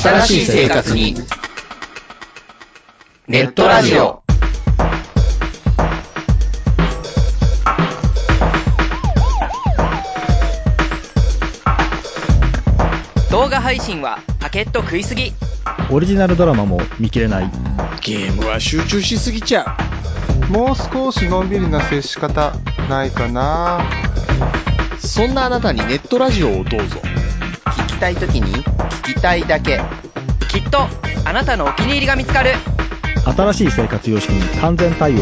新しい生活に。ネットラジオ。動画配信はパケット食いすぎオリジナルドラマも見切れない。ゲームは集中しすぎちゃもう少しのんびりな接し方ないかなうそんなあなたにネットラジオをどうぞ聞きたいときに聞きたいだけきっとあなたのお気に入りが見つかる新しい生活様式に完全対応。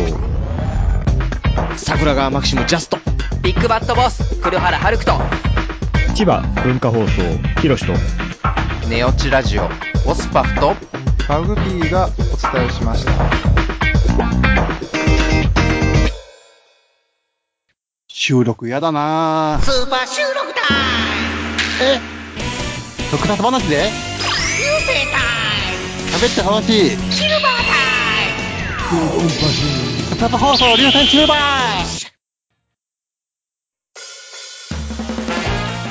桜川マキシムジャストビッグバットボス黒原遥人千葉文化放送、ひろしと。ネオチラジオ。オスパフと。バグビーがお伝えしました。収録やだなぁスーパー収録タイムえ特撮話で流星タイ喋って楽しいムシルバータイム特撮放送流星シルバー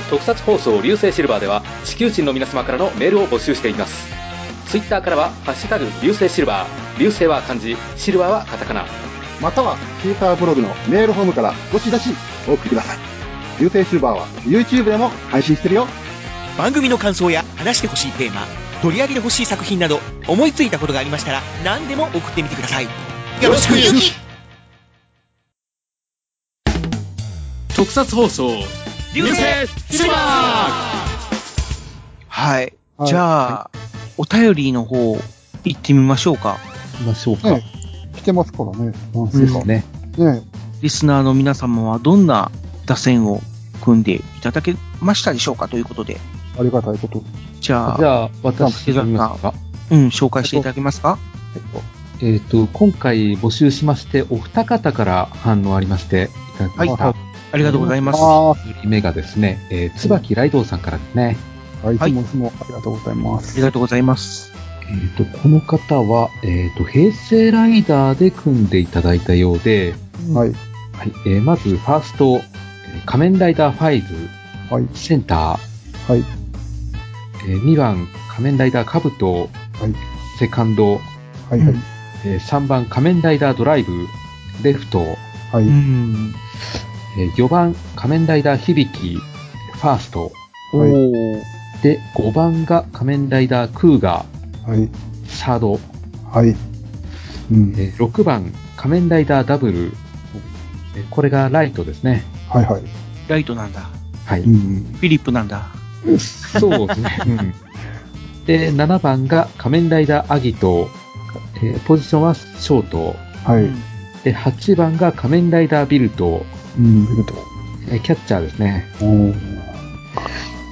特撮放送流星シルバーでは地球人の皆様からのメールを募集していますツイッターからは「ハッシュタグ流星シルバー」流星は漢字シルバーはカタカナまたはスーパーブログのメールフォームからどしどしお送りください。流星シルバーは YouTube でも配信してるよ。番組の感想や話してほしいテーマ取り上げてほしい作品など思いついたことがありましたら何でも送ってみてくださいよろしくゆき特撮放送流星シルバはい、はいじゃあお便りの方行ってみましょうかましょうか。ね来てますからね。そうですね。ねリスナーの皆様はどんな打線を組んでいただけましたでしょうかということでありがたいこと。じゃあじゃあ、私が見ますか。うん紹介していただけますかえっ、と、今回募集しまして、お二方から反応ありまして、いただきました。ははいい、ありがとうございますあ目がですね、えー、椿ライドウさんからですね。あ、いつはいもいつもありがとうございまあす。りがとうございますえっ、と、この方は、えっ、と、平成ライダーで組んでいただいたようで、はい。はい、えーまず、ファースト、えー仮面ライダーファイズ、はい。センタはい。ー、えー、2番、仮面ライダーカブト、はいセカンド、はい。はい。えー3番、仮面ライダードライブ、レフト、はうい。んえー4番、仮面ライダー響き、ファースト。おはいーで、5番が仮面ライダークーガはい。ー、サード。はい。うん。えー6番、仮面ライダーダブル。えーこれがライトですね。はい。はい。ライトなんだはい。うん。フィリップなんだそうですね。うんで、7番が仮面ライダーアギト。えーポジションはショート。はうい。んで、8番が仮面ライダービルト。うん。見ると。えーキャッチャーですね。おー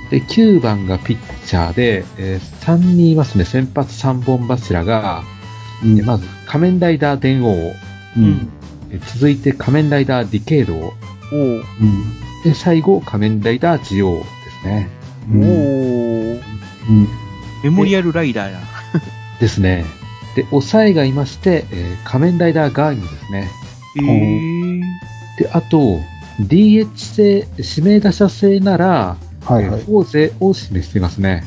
で、9番がピッチャーで、え3人いますね。先発3本柱が、うんえーまず仮面ライダー電王。うん。えー続いて仮面ライダーディケイド。おうん。で、最後仮面ライダージオウですね。うん。おおうん。メモリアルライダーやですね。で、抑えがいまして、えー仮面ライダーガーニーですね。へえで、あと、DH 制、指名打者制なら、はい。はいえー。フォーゼを示していますね。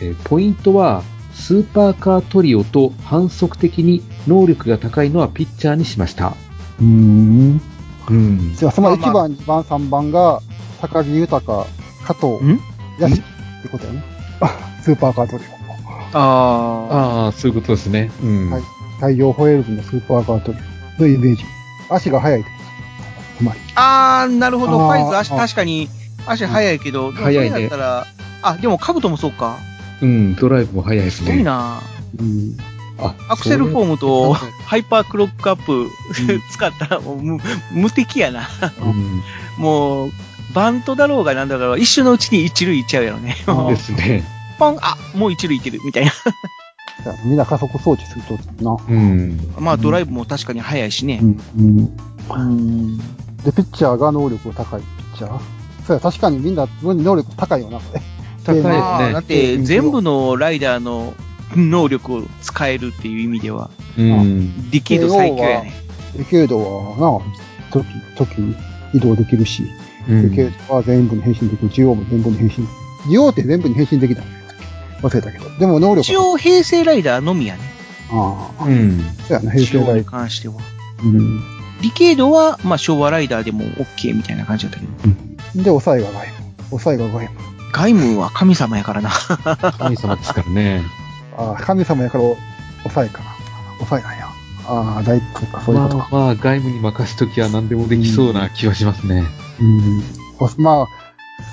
えーポイントは、スーパーカートリオと反則的に能力が高いのはピッチャーにしました。うん。うん。じゃあ、その1まあま番、2番、3番が、高木豊、加藤、んヤシってことやね。あスーパーカートリあオ。あああ、そういうことですね。うん。はい太陽ホエールズのスーパーカートリオのイメージ。足が速いってこと。つまり。あーなるほどフあーァイズ足あー確かに足速いけど、でも速いねそれだったらあでもカブトもそうかうん、ドライブも速いですすね。ごいな、うん。あ。アクセルフォームとそうハイパークロックアップ使ったらもう無無敵やなうんもうバントだろうがなんだろうが一瞬のうちに一塁行っちゃうやろねそうですね。ポンあもう一塁行ってるみたいなじゃあみんな加速装置するとな。うん。 まあドライブも確かに速いしねう、ん。うん。うん、で、ピッチャーが能力が高いピッチャー。そうや、確かにみんな能力高いよな、これ。高いですでねまあまあ、だって全部のライダーの能力を使えるっていう意味では、うん。ディケード最強やね。デュケードはな、時、時に移動できるし、うデんュケードは全部に変身できる、ジオウも全部に変身。ジオウって全部に変身できた。忘れたけど。でも能力一応、平成ライダーのみやね。ああ、うん。そうやな、平昭成和大に。関しては。うん。ディケードは、まあ、昭和ライダーでも OK みたいな感じだったけど。で、抑えが外務。抑えが外務。ガイムは神様やからな。 神様ですからね。ああ、神様やから抑えかな。抑えなんや。ああ、大工か、そういうまこあとか。まあ、外務に任すときは何でもできそうな気はしますね。うん。まあ、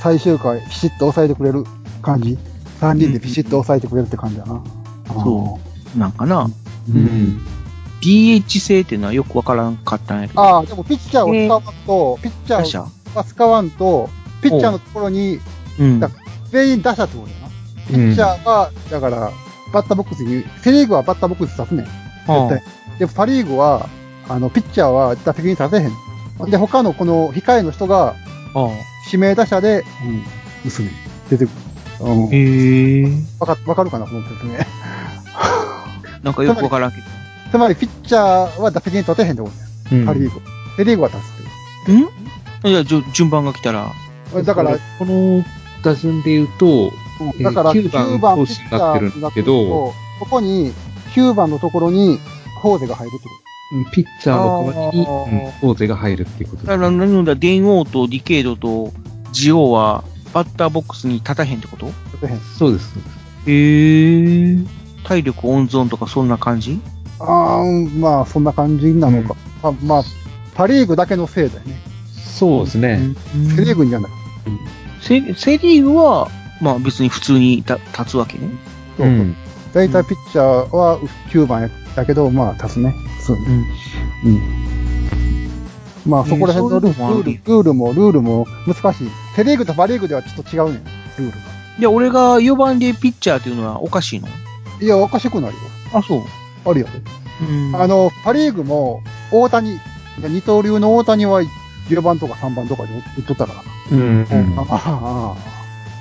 最終回、ピシッと抑えてくれる感じ。三人でピシッと抑えてくれるって感じだな。そなんかな、うんん。 DH 制っていうのはよくわからんかったんやけど。ああ、でもピッチャーを使わんと、ピッチャ打ー者は使わんと、ピッチャーのところに、うん。だ全員打者ってことやな。ピうんッチャーは、だから、バッターボックスに、セリーグはバッターボックスに立つねん。うん絶対。で、パリーグは、あの、ピッチャーは打席に立てへん。で、他のこの控えの人がああ指名打者で、うん、娘、出てくる。うんへえ。わか、わかるかな、この説明。 なんかよくわからんけつまり、ピッチャーは打席に立てへんってことうね。んパリーグ。セリーグは立つっていど。んいや、じゅ順番が来たら。う。だから、この打順で言うと、うんだからえー9番9番投手になってるんだけど、そこに9番のところにコーゼが入るってこピッチャーの代わりに、あーうん大勢が入るっていうことだから、なので、電王とディケードとジオウは、バッターボックスに立たへんってことと。立てへん。そうです。そうでへえ。体力温存とかそんな感じあー、まあ、そんな感じなのか。あまあ、パリーグだけのせいだよね。すそうですね。セリーグにじゃない。セセリーグは、まあ別に普通にた立つわけね。そうそう。ん大体ピッチャーは9番やだけど、まあ、立つね。そうね。うん。まあ、そこら辺のルねそういうのもあーるル、ルールも、ルールも難しい。セリーグとパリーグではちょっと違うねん。ルールが。で、俺が4番でピッチャーっていうのはおかしいのいや、おかしくないよ。あ、そう。あるよ。うんあの、パリーグも、大谷、二刀流の大谷は10番とか3番とかで打っとったからな。うん。ああああ、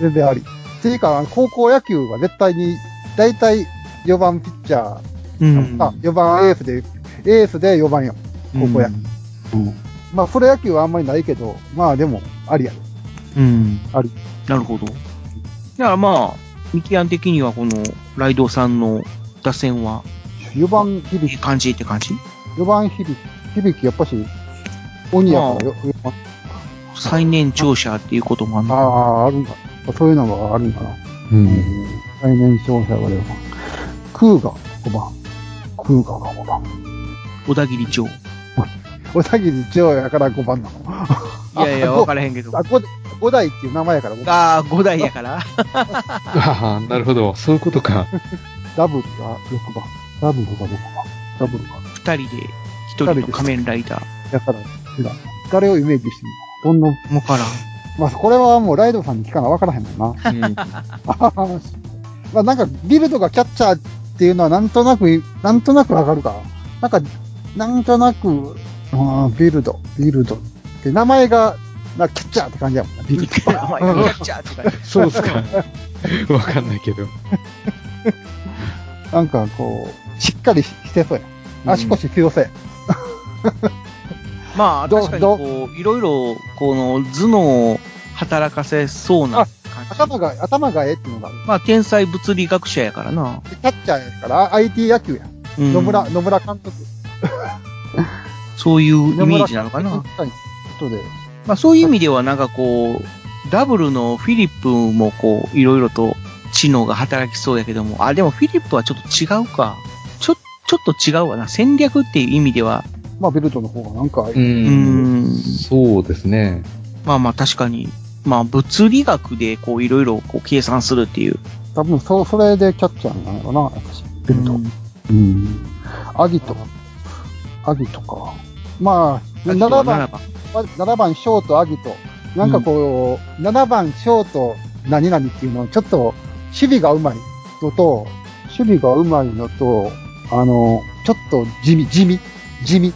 全然あり。ていうか、高校野球は絶対に、大体4番ピッチャー、うん。あ、4番エースで、エースで4番よ。高校野球。うんまあ、プロ野球はあんまりないけど、まあでも、ありやで。うん。あり。なるほど。だからまあ、ミキアン的にはこの、ライドウさんの打線は、 4番いい響き、感じって感じ4番響き、響きやっぱし、鬼やからよ。よ最年長者っていうこともあるあのあ、あるんか。そういうのがあるんかな。うん。 最年少者は0番。空が5番。空がが5番。小田切長。い小田切千代やから5番なの。あやいや、わからへんけど。あ、あ5、五代っていう名前やから5番。あー、5代やから。ああ、なるほど。そういうことか。ダブルが6番。ダブルが6番。ダブルが。 2人で、1人の仮面ライダー。だから、普段。誰をイメージしてるのどんな、もからん。まあ、これはもうライドさんに聞かなわからへんもんな。うん。 まあ、なんか、ビルドがキャッチャーっていうのはなんとなく、なんとなくわかるか。なんか、なんとなく、あービルド、ビルドって名前が、なんかキャッチャーって感じやもんな、ビルド。お前、キャッチャーとか。そうですか。わかんないけど。なんかこう、しっかりししてそうや。足腰強そうや。まあ、ど確かにこう、いろいろ、この頭脳を働かせそうな感じ。頭が、頭がええっていうのがある。まあ、天才物理学者やからな。でキャッチャーやから、あ IT 野球や。うん野村、野村監督。そういう野イメ村ージなのか監な。督はいことで。まあ、そういう意味では、なんかこう、ダブルのフィリップもこう、いろいろと知能が働きそうやけども、あ、でもフィリップはちょっと違うか。ちょ、ちょっと違うわな。戦略っていう意味では、まあ、ビルドの方がなんか、う。うんん、そうですね。まあまあ確かに、まあ物理学でこう、いろいろこう計算するっていう。多分そ、それでキャッチャーなのかな、私。ビルド。うんうん。アギト。アギトか。まあ、あとは7なら番、ば7番ショート、アギト。なんかこう、7番ショート、何々っていうのは、ちょっと、守備がうまいのと、守備がうまいのと、あの、ちょっと地味、地味、地味。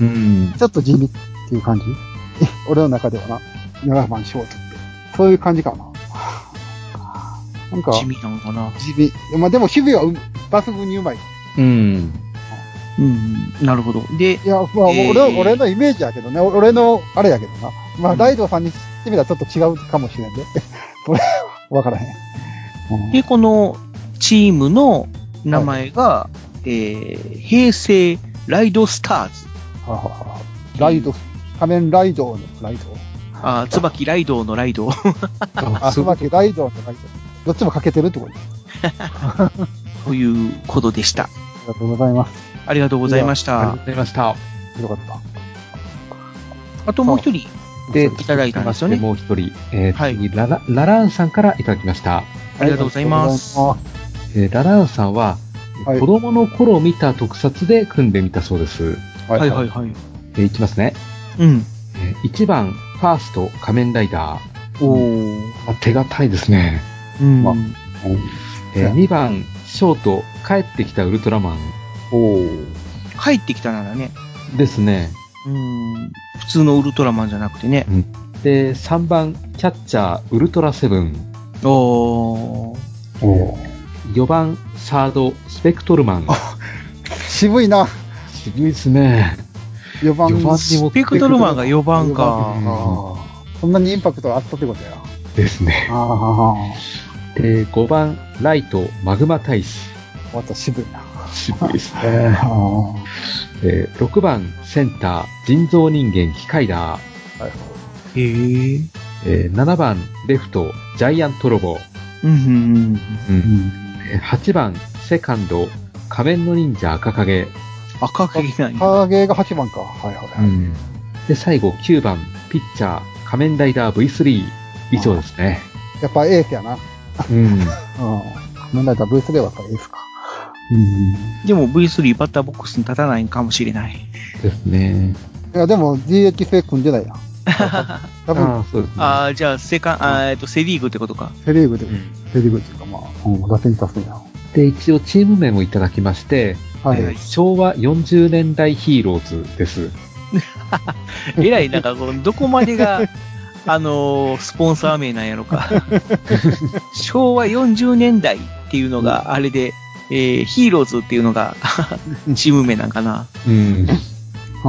うん。ちょっと地味っていう感じ俺の中ではな。7番ショートって。そういう感じかな。なんか、地味なのかな。地味。まあでも守備はう抜群にうまい。うん。うん、なるほど。で、いや、まあ、えー俺は俺のイメージやけどね。俺の、あれやけどな。まうあ、ん ライドさんにしてみたらちょっと違うかもしれんで。これ、わからへん。で、このチームの名前が、えー平成ライドスターズ。はははライド、仮面ライドのライド。あー、椿ライドのライド。あ、すばきライドのライド。どっちも欠けてるってことです。ということでした。ありがとうございます。ありがとうございましありがとたう。ございました。よかった。あともう一人、いただいたんですよね続きましてもう一人、えーはい次ララ、ラランさんからいただきました。ありがとうございます。あえーラランさんは、はい子供の頃見た特撮で組んでみたそうです。ははいはいはい。えーいきますね。うん。えー1番、ファースト、仮面ライダー。おー。あ手堅いですね。うん。まあえそうや2番、ショート、帰ってきたウルトラマンお入ってきたならね。ですね。うん。普通のウルトラマンじゃなくてね。で、3番、キャッチャー、ウルトラセブン。おー。お4番、サード、スペクトルマン。渋いな。渋いですね。 4番四番に持スってペくクるトルマンが4番うか。んそんなにインパクトがあったってことや。ですね。あで、5番、ライト、マグマ大使。あ。また渋いな。渋いですええ。はえー6番、センター、人造人間、機械だ。へえ。えー7番、レフト、ジャイアントロボ。うんうんうん。えー8番、セカンド、仮面の忍者、赤影。赤かけない。ーゲーが8番か。はいはいはい。で、最後、9番、ピッチャー、仮面ライダー V3。以上ですね。やっぱエースやな。うん。うん。仮面ライダー V3 はやっぱエースか。うん。でも V3 バッターボックスに立たないかもしれない。ですね。いや、でも DH 制組んでないや ん。多分、あーそうですね。ああ、じゃあ、セカン、あーえっと、セリーグってことか。セリーグで、んセリーグっていうかまあ、うん、打線に立つんや。で、一応チーム名もいただきまして、はい。えー昭和40年代ヒーローズです。 えらい、なんかこの、どこまでが、あのースポンサー名なんやろ か。昭和40年代っていうのが、あれで、えーヒーローズっていうの が、チーム名なんかな。うん。ああ、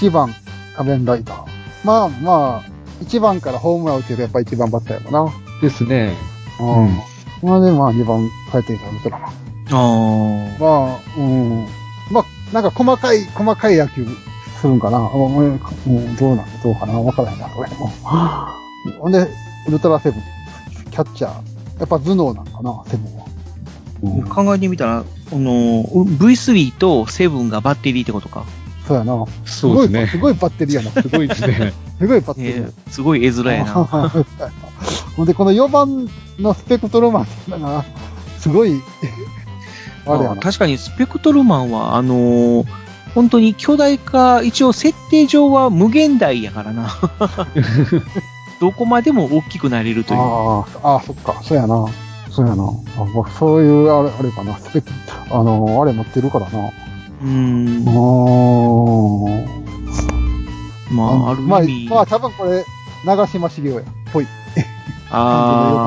1番、仮面ライダー。まあまあ、1番からホームラン打てるやっぱ1番バッターやもんな。ですね。うん。まあで、まあ2番帰ってきたウルトラマン。あまあ、うん。まあ、なんか細かい、細かい野球するんかな。うんうんうんどうなのどうかなわからへんな、これもう。ほんで、ウルトラセブン、キャッチャー。やっぱ頭脳なんかな、セブンは。うんあ。考えてみたら、この、う V3 とセブンがバッテリーってことか。そうやな。すそごうい、ですすね。ごいバッテリーやな。すすごいですね。ごいバッテリーやえーすごい絵面やな。ほんで、この4番のスペクトルマンっていうのが、すごい、あれやあな。確かにスペクトルマンは、あのー本当に巨大化、一応設定上は無限大やから な。どこまでも大きくなれるという。ああ、ああ、そっか、そうやな。そうやな。あ僕そういう、あれ、あれかな、スペク、あの、あれ持ってるからな。うーんう。ーん。まあ、あるまあ、意味。まあ、多分これ、長島茂雄や。ぽい。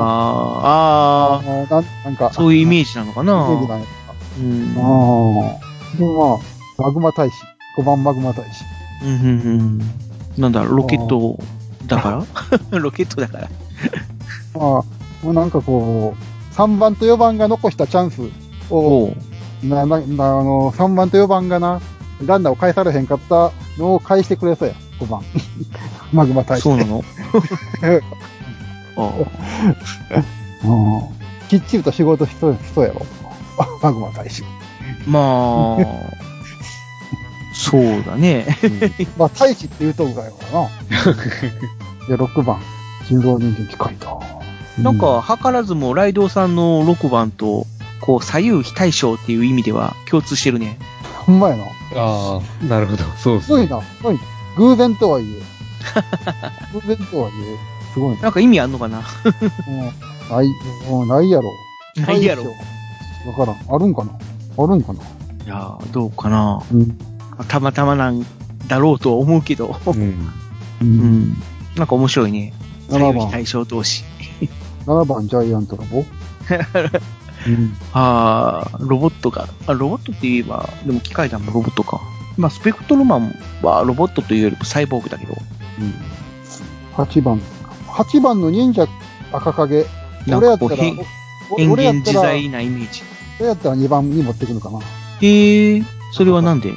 あーああー、なんなんか、ー、そういうイメージ。ージなのかイメージな。なんや。うん。ああ。で、まあ、マグマ大使。5番マグマ大使。うんうんうん。なんだ、ロケットだから ロケットだから。まあ、もうなんかこう、3番と4番が残したチャンスを、おうな、な、なあの、3番と4番がな、ランナーを返されへんかったのを返してくれそうや、5番。 マグマ大使。そうな のあうんきっちりと仕事しそうしそうやろ。 マグマ大使。ーまあ、そうだね。まあ、大使って言うとうがやか らな。で、6番。人造人間機械だ。なんか、図らずもライドウさんの6番と、こう、左右非対称っていう意味では共通してるね。ほんまやな。ああ、なるほど。そうですすごねい。な。すごい。偶然とはい え。偶然とはいえ、すごいな。なんか意味あんのかなうんない、うんないやろ。ないやろ。でしょ。わからん。あるんかなあるんかないやー、どうかな。うん。たまたまなんだろうとは思うけど。うん。うう。んん。なんか面白いね。左7右非番、対称同士。 7番ジャイアントロボ。うん。あー、ロボットが、あ、ロボットって言えば、でも機械だもんロボットか。まあ、スペクトルマンはロボットというよりもサイボーグだけど。 8番。8番の忍者赤影。なんかこう、変俺変俺や幻った自ら、在なイメージ。俺やったら2番に持ってくのかな。いへえ、それはなんで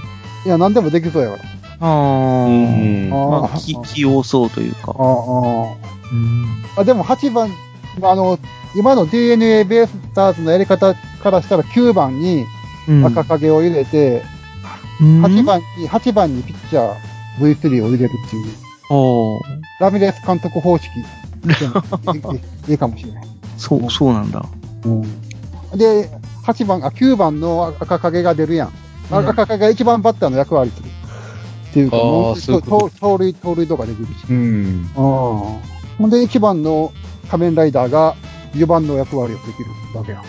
や、何でもできそうやから。あー、まああ、ーき器用そうというか。ああああでも8番、あの、今の DNA ベースターズのやり方からしたら9番にうん赤影を入れて、うん8番に、8番にピッチャー V3 を入れるっていう、おーラミレス監 督方式。いいいいかもしれない。そう、そうなんだ。で、8番、あ、9番の赤影が出るやん。あうん赤影が1番バッターの役割する。っていうか、あーもそういうこ盗盗塁、盗塁とかできるし。うん。ああ。ほんで、1番の仮面ライダーが4番の役割をできるわけや。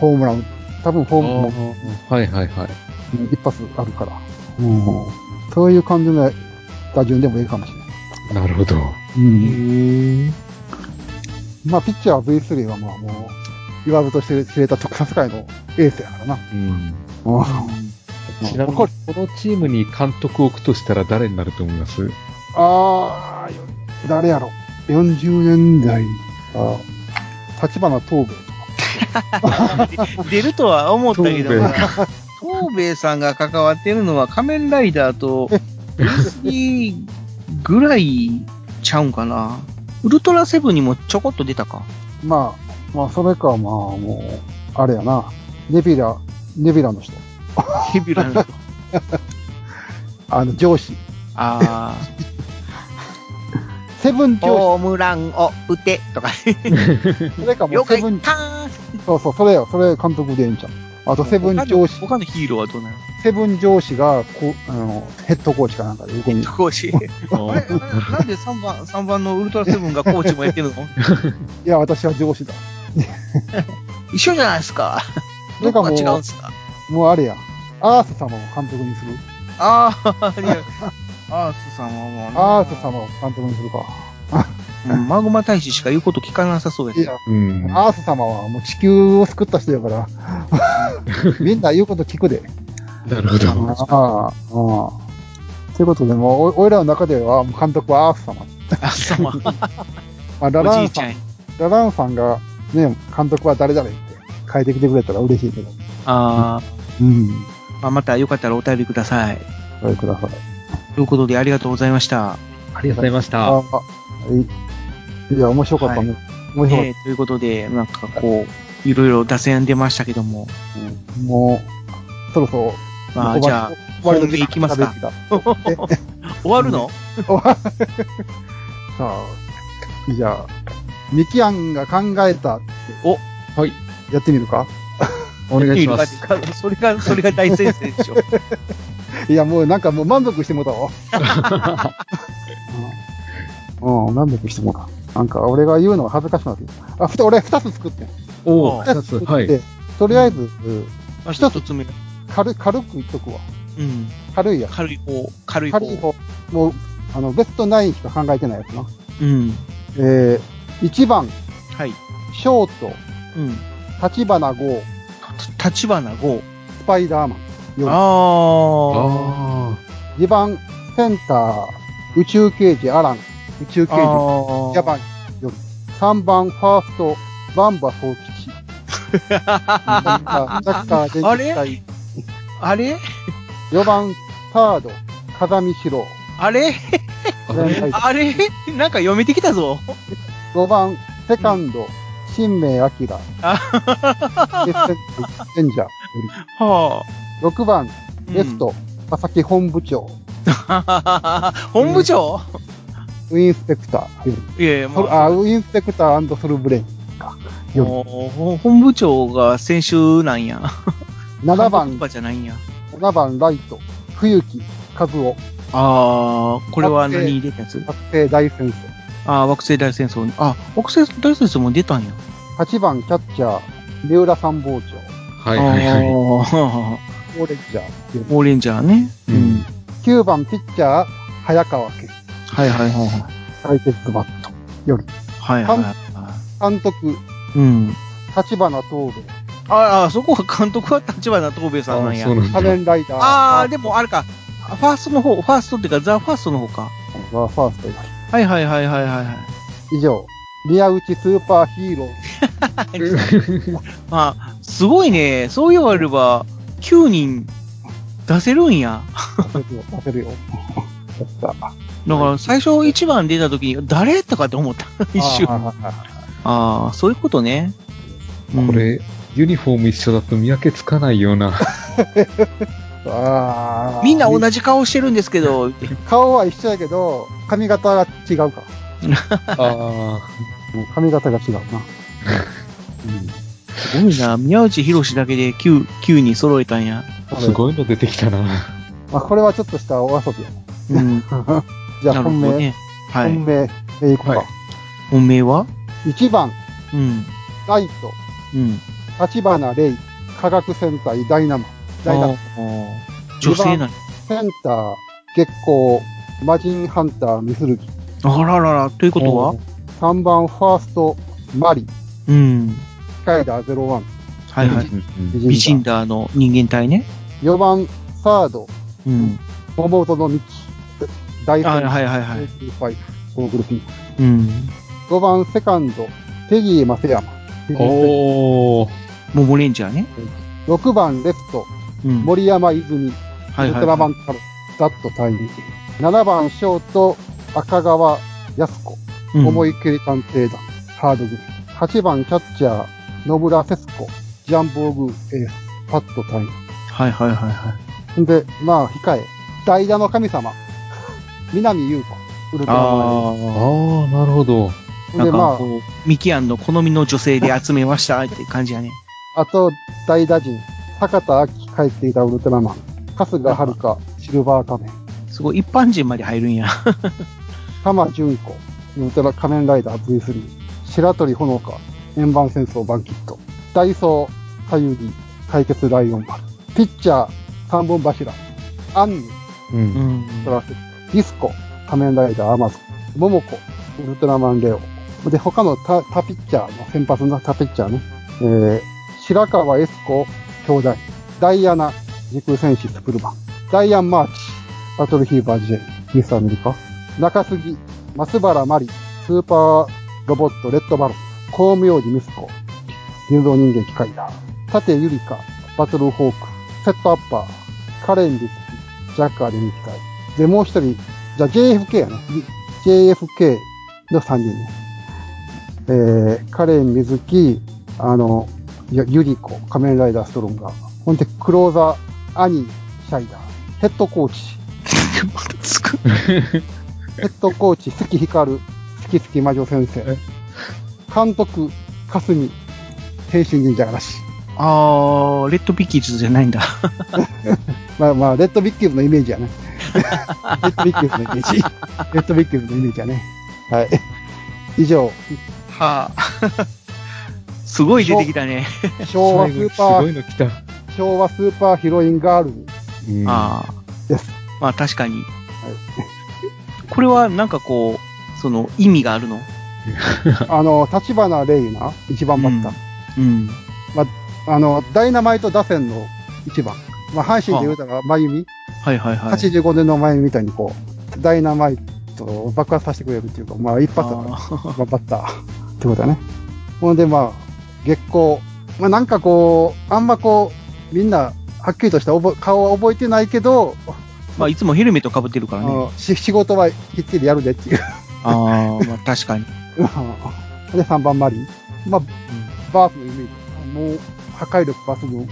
ホームラン、多分ホームラはンいはいはい。うん一発あるから。そういう感じの打順でもいいかもしれない。なるほど。うん。まあ、ピッチャー V3 はまあもう、言わずとして知れた特撮界のエースやからな。うん。うんちなみに、このチームに監督を置くとしたら誰になると思いますああ、よ誰やろ。40年代か、立花東部。出るとは思ったけど東な、東米さんが関わってるのは仮面ライダーと DC ぐらいちゃうんかな。ウルトラセブンにもちょこっと出たか。まあ、まあ、それか、まあ、もう、あれやな。ネビュラ、ネビュラの人。ヘビュラの。あの、上司。あセブーン上ホームランを打てとか、司。それかも了う、セ解ブン、パーンそうそう、それよ、それ監督でいいんちゃう。あと、あ。セブン上司、他のヒーローはどうなのセブン上司が、こう、あの、ヘッドコーチかなんかで横に。コーチ。あれ ななんで3番、三番のウルトラセブンがコーチもやってるのいや、私は上司だ。一緒じゃないですか。そどれかこがもう違うんですかもうあれや。アース様を監督にする。ああ、いや、アースさんはもうなアース様を監督にするか。うんマグマ大使しか言うこと聞かなさそうですいよ。や、うん。アース様はもう地球を救った人や から、みんな言うこと聞くで。なるほあど。あ、ああ。ということで、もう、お俺らの中では、もう監督はアース様。あそうおまあ、ララじンいちゃさんん、。ラランさんが、ね、監督は誰々って変えてきてくれたら嬉しいけど。あーうん。まあ、またよかったらお便りください。お願いください。ということでありがとうございました。ありがとうございましあた。あ、はい。いや、面白かったね。面白かえーということで、なんかこう、いろいろ打線出ましたけども。った。もう、そろそろ、まあ、終じわゃりあ、終わりの本編いきますか時間ができ終わるのた。 終わさあ、じゃあ、ミキアンが考えた、はい。やってみるかお願いします。それが、それが大先生で しょ。いや、もうなんかもう満足してもうたわ。 うん、うん満足してもうた。なんか俺が言うのは恥ずかしくなってきた。あ、ふた俺二つ作ってん。おお、二二つ。作ってはい。でとりあえず、うんまず一つ目。軽軽く言っとくわ。うん。軽いやつ。軽い方、軽い方。軽い方。もう、あの、ベストナインしか考えてないやつな。うん。えー、1番、はい。ショート、うん。立花号、た立花5。スパイダーマン。4ああ2番、センター、宇宙刑事、アラン、宇宙あ。刑事、あやばい。3番、ファースト、バンバ総吉。サッカー、サッカーあでれ実際。 あれ4番、サード、風見四郎。あれ全体あれ なんか読めてきたぞ。 5番、セカンド、新名明。決あ戦レンジャー。は6番、うんレフト、佐々木本部長、あ。 本部長、ウィンスペクター。いやいや、ソもルう、あ、ウィンスペクターソルブレインか。7もうほ本部長が先週なんや。番と、かじゃないんや。 7番、ライト、冬木和夫、ああ、これは何に出たやつ覚醒大戦争。ああ、惑星大戦争に。あ、惑星大戦争も出たんや。 8番、キャッチャー、三浦参謀長、あ。はいはいはい。はオレンジャー。オレンジャーね。ううんん。 9番、ピッチャー、早川家、はいはいはいはい。解説バット。はいはいは監督、い。うん。立花東部、ああ、そこは監督は立花東兵あさんなんーやそう。なんだ仮。面ライダー、ああ、ででもあれか。ファーストの方、ファーストっていうか、ザ・ファーストの方か。ファーストがはいはいはいはいはいはい。以上。宮内スーパーヒーロまあ、すごいね。そう言われれば、9人出せるんや。ー。出せるよ。出せた。だから、最初1番出た時に、誰とかって思った。一瞬。ああーはいはいはいあー、そういうことね。これ、ユニフォーム一緒だと見分けつかないような。あーみんな同じ顔してるんですけど、顔は一緒やけど、髪型が違うか。ああ。うん髪型が違うな。 すごいな。宮内博士だけで 9, 9人揃えたんや。すごいの出てきたな。まあ、これはちょっとしたお遊びや。うん。じゃなるあ本ほ命、どね。はい本。命でいこうか。はい本命は1番、うん。ライト、うん。立花レイ、科学戦隊ダイナマン、ダイナマあン、ー女性なんやセンター、月光、魔人ハンター、ミスルギ。あららら、ということは3番、ファースト、マリ、うん。スカイダー01、はいはい。美ビジンダーの人間体ね。 4番、サード、うん。妹のミキ、ダイソあはいン、はいはい。 5、このグループうん。 5番、セカンド、テギー・マセヤマ。おー。モモレンジャーね。 6番、レフト、うん。森山泉、はウルトラマンタロウ、ダット隊員。7番、ショート、赤川安子、うん思いっきり探偵団、ハードグループ。8番、キャッチャー、野村節子、ジャンボーグエース、パット隊員。はいはいはいはい。んで、まあ、控え、代打の神様、南優子、ウルトラマンああ、なるほど。エース。なんで、かまこう、ミキアンの好みの女性で集めましたって感じやね。あ、あと、代打陣、坂田明帰っていたウルトラマン、春日遥香、シルバー仮面、すごい、一般人まで入るんや。玉純子、ウルトラ仮面ライダー V3、白鳥ほのか、円盤戦争バンキット、ダイソー、かゆり、解決ライオン丸、ピッチャー、三本柱、アンヌ、う。うんん。トラフィックディスコ、仮面ライダーアマゾン、モモコ、ウルトラマンレオ。で、他の他他ピッチャーの、先発の他ピッチャーね、えー、白川エスコ、兄弟、ダイアナ、時空戦士スプルマン、ダイアン・マーチ、バトルヒーバー・ジェイ、ミス・アメリカ、中杉、松原マリ、スーパーロボット、レッドバロン、光明寺ミスコ、人造人間機械だ、縦ユリカ、バトルホーク、セットアッパー、カレン・リスキ、ジャッカー・レミ機械、で、もう一人、じゃあ JFK やな。JFK の3人ね。えー、カレン、水木、あの、ゆユリコ、仮面ライダー、ストロンガー。ほんで、クローザー、アニー、シャイダー。ヘッドコーチ、 またつく。ヘッドコーチ、関光る、月月魔女先生。監督、霞、天心神社がらし。あー、レッドピッキーズじゃないんだ。まあまあ、レッドビッキーズのイメージやね。レッドビッキーズのイメージ。レッドビッキーズのイメージやね。はい。以上、はあ。すごい出てきたね。昭和スーパすごー、いの来た。昭和スーパーヒロインガールズうんああ。です。まあ確かに。これはなんかこう、その意味があるのあの、立花玲な、一番バッター。うん。あの、ダイナマイト打線の一番。まあ、阪神で言うたら、真由美、はいはいはい。 85年の真由美みたいにこう、ダイナマイトを爆発させてくれるっていうか、まあ、一発だから、あーまあ、バッターってことだね。ほんで、まあ、月光。まあ、なんかこう、あんまこう、みんな、はっきりとした覚え顔は覚えてないけど、まあいつもヘルメットかぶってるかあらね。のし仕事はきっちりやるでっていう。ああ、まあ確かに。うんで、3番マリー。まあ、バーフのイメージ。もう、破壊力抜群。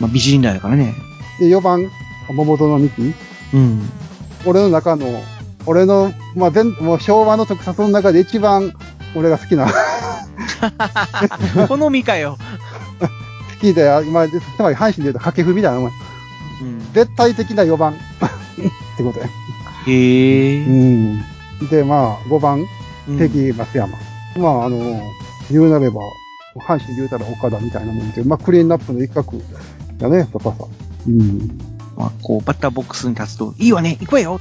まあ美人だからね。で、4番、桃園美紀。うん。俺の中の、俺の、まあ、全、もう昭和の特撮の中で一番、俺が好きな、好 好みかよ。きで、あまあ、つまり阪神で言うと掛布みたいなもん。うん、絶対的な4番。 ってことや。へえ。ん。で、まあ、5番、うん敵松山。まあ、あの、言うなれば、阪神で言うたら岡田みたいなもんで、まあ、クリーンナップの一角だね、パパさん。うん。まあこう、バッターボックスに立つと、いいわね、行くわよ。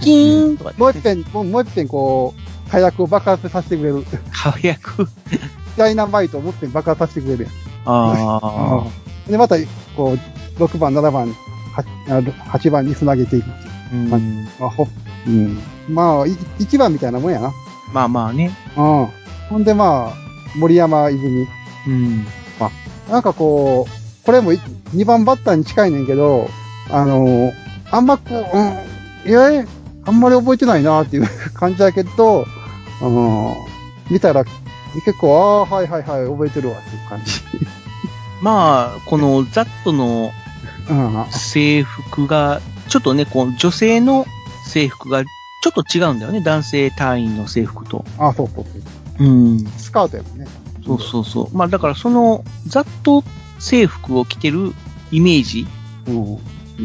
キーンとかもう一遍、もうもう一遍こう、火薬を爆発させてくれる。 早く。ダイナマイトをもう一遍爆発させてくれるやん。あで、また、こう、6番、7番、8, 8番につなげていくっていう。あ。うん。まあ、ほ、うん。まあ、1番みたいなもんやな。まあまあね。うん。ほんでまあ、森山泉。うん。なんかこう、これも2番バッターに近いねんけど、あのーあんまこう、うん、いわゆるあんまり覚えてないなっていう 感じだけど、うん、見たら結構、ああー、はいはいはい、覚えてるわっていう感じ。まあ、このザットのうん、制服が、ちょっとね、この女性の制服がちょっと違うんだよね。男性隊員の制服と。あ、そうそうそう。うん。スカートやもんね。そうそうそう。まあだからそのザット制服を着てるイメージうん。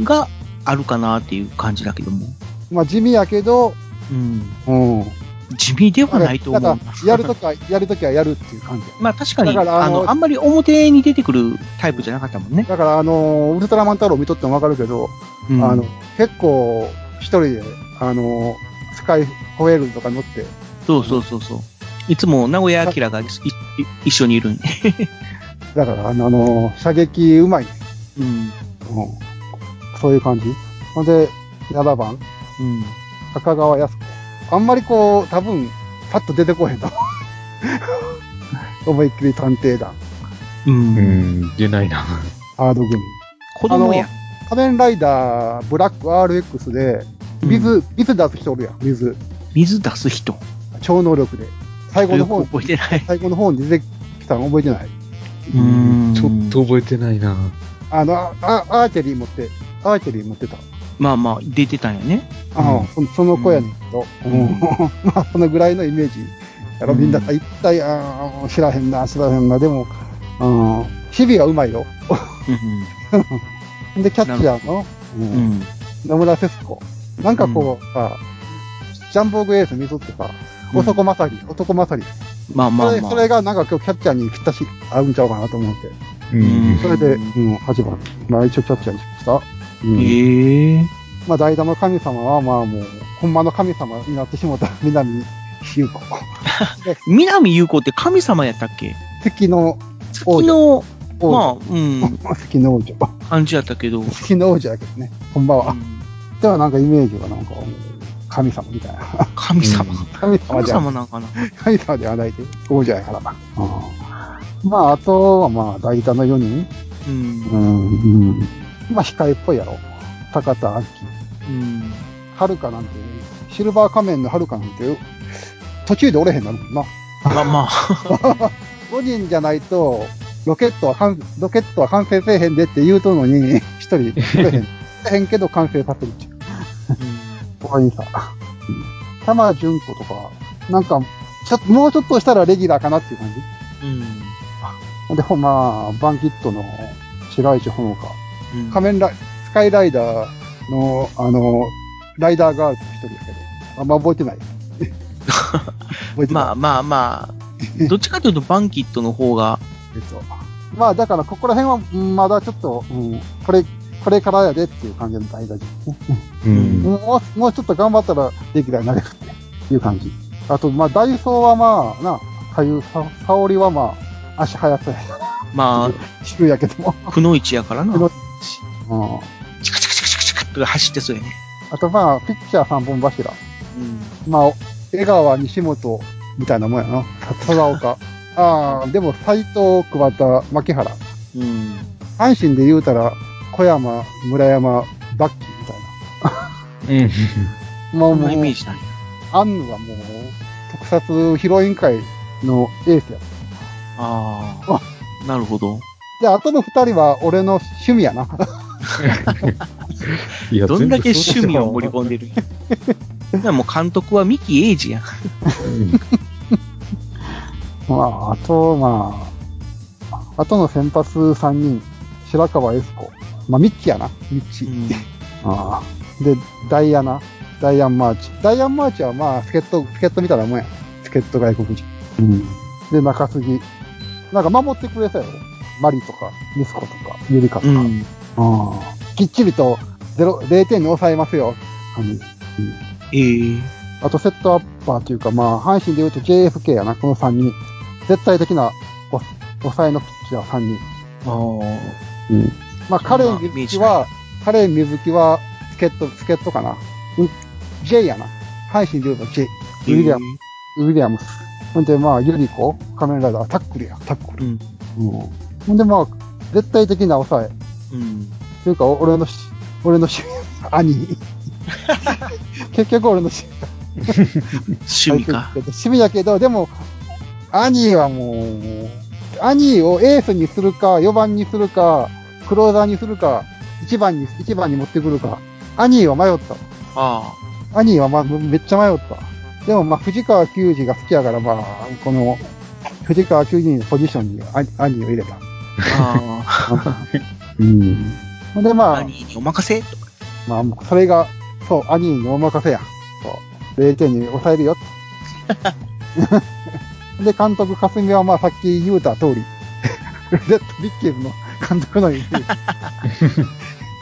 があるかなっていう感じだけども。まあ地味やけど、うん。うん。地味ではないと思だうか。ら、やるときは、やるときはやるっていう感じや。まあ確かに、だからああのの、あんまり表に出てくるタイプじゃなかったもんね。だから、あのーウルトラマン太郎見とってもわかるけど、うんあの、結構、一人で、あの、スカイホエールとか乗って、そうそうそうそう。いつも名古屋明がいい一緒にいるんで。だから、あの、あの射撃うまいね、うん。うん。そういう感じ。ほんで、7番、うん。高川康子。あんまりこう、多分、パッと出てこへんと思 う。思いっきり探偵団、うん。うん、出ないな。ハードグミ。子供や。仮面ライダー、ブラック RX で、水、う水出す人おるやん、水。水出す人。超能力で。最後よのく方、覚えてない。最後の方に出てきたの覚えてないうん。ちょっと覚えてないな。あの、ああアーチェリー持って、アーチェリー持ってた。まあまあ、出てたんやね。あうんあ、そその子やねんけど。ううんん まあ、そのぐらいのイメージ。やろ、みんな、う一体、ああ、知らへんな、知らへんな。でも、うん、日々はうまいよ。 で、キャッチャーの、ううんん。野村節子。なんかこう、さ、ジャンボーグエース見とってさ、うん男勝り、男勝り。まあまそあれまあ。それがなんか今日キャッチャーにぴったし合うんちゃうかなと思って。ううんん。それで、ううんん、8番。まあ一応キャッチャーにしました。うんええまあ、代打の神様は、まあもう、ほんまの神様になってしもた、 南優子。南優子って神様やったっけ月の月王女。の、王女まあ、うん、 月の王女。感じやったけど。うん月の王女やけどね、ほんまは。ではなんかイメージはなんか、神様みたいな。 神様。神様神じゃ、様なんかな。神様ではないで、王女やからな。うんまあ、あとはまあ、代打の4人。うん。う、うんうん。まあ、控えっぽいやろ。高田明。ん。はるかなんて、シルバー仮面のはるかなんて、途中で折れへんなるもんな。まあまあ。 5人じゃないと、ロケットは完、ロケットは完成せえへんでって言うとんのに、1人せえへん。せえへんけど完成させるっちゅう。とかにさ、うん玉純子とか、なんか、ちょっと、もうちょっとしたらレギュラーかなっていう感じ。うん。ほんで、ほんまあ、バンキットの白石ほのか、うん仮面ライ、スカイライダーの、あの、ライダーガールズの一人だけど、あんま覚えて ない。覚えてない。まあまあまあ。どっちかというとバンキットの方が、えっと、まあだからここら辺はうんまだちょっと、うん、これ、これからやでっていう感じの大丈夫ですね。うん。もう、もうちょっと頑張ったらできるようになれるっていう感じ。あと、まあダイソーはまあ、な、かゆさ、沙織はまあ、足速さや、 ま週やけども。あ、くのいちやからなく。のうん。チカチカチカチカチカって走ってそうやね。あとまあ、ピッチャー三本柱。うん。まあ、江川、西本みたいなもんやな。佐岡。ああ、でも斎藤、桑田、牧原。うん。阪神で言うたら、小山、村山、バッキーみたいな。うん。もそうんもなイメーう、ジない。アンヌはもう、特撮ヒロイン会のエースや。ああ。なるほど。で、あとの二人は俺の趣味や な。いやどんだけ趣味を盛り込んでるんや。だ からもう監督はミキ・エイジやん。まあ、あと、まあ、あとの先発三人、白川エスコ。まあ、ミッチやな、ミッチ。うんああで、ダイアナ、ダイアンマーチ。ダイアンマーチはまあ、スケット、スケット見たらもんや。スケット外国人。うん。で、中継ぎ。なんか守ってくれたよ。マリとか、ミスコとか、ユリカとうか。ん。ああきっちりと0 0点に抑えますよ。あのええあとセットアッパーというか、まあ、阪神でいうと JFK やな、この3人。絶対的なお抑えのピッチャー3人。ああ。まあ、カレン・ミズキは、カレン・ミズキは、助っ人、助っ人かな。うん J やな。阪神でいうと J。ウィリアム、ウィリアムス。ほんで、まあ、ユリコ、仮面ライダー、タックルや、タックル。うん。うんほんで、まあ、絶対的な抑え。うん。というか、お俺のし、俺のし、 兄。結局俺のし、趣味か。趣味やけど、でも、兄はもう、兄をエースにするか、4番にするか、クローザーにするか、1番に、一番に持ってくるか。兄は迷った。あ兄は、まあ、めっちゃ迷った。でも、まあ、藤川球児が好きやから、まあ、この、藤川球児のポジションに兄兄を入れた。あ。あうん。ほんで、あ。まあ、兄にお任せとか。まあ、もうそれが、そう、兄にお任せや。そう。0点に抑えるよ。で、監督、霞は、まあ、さっき言うた通り、レッドビッキーズの監督のイメー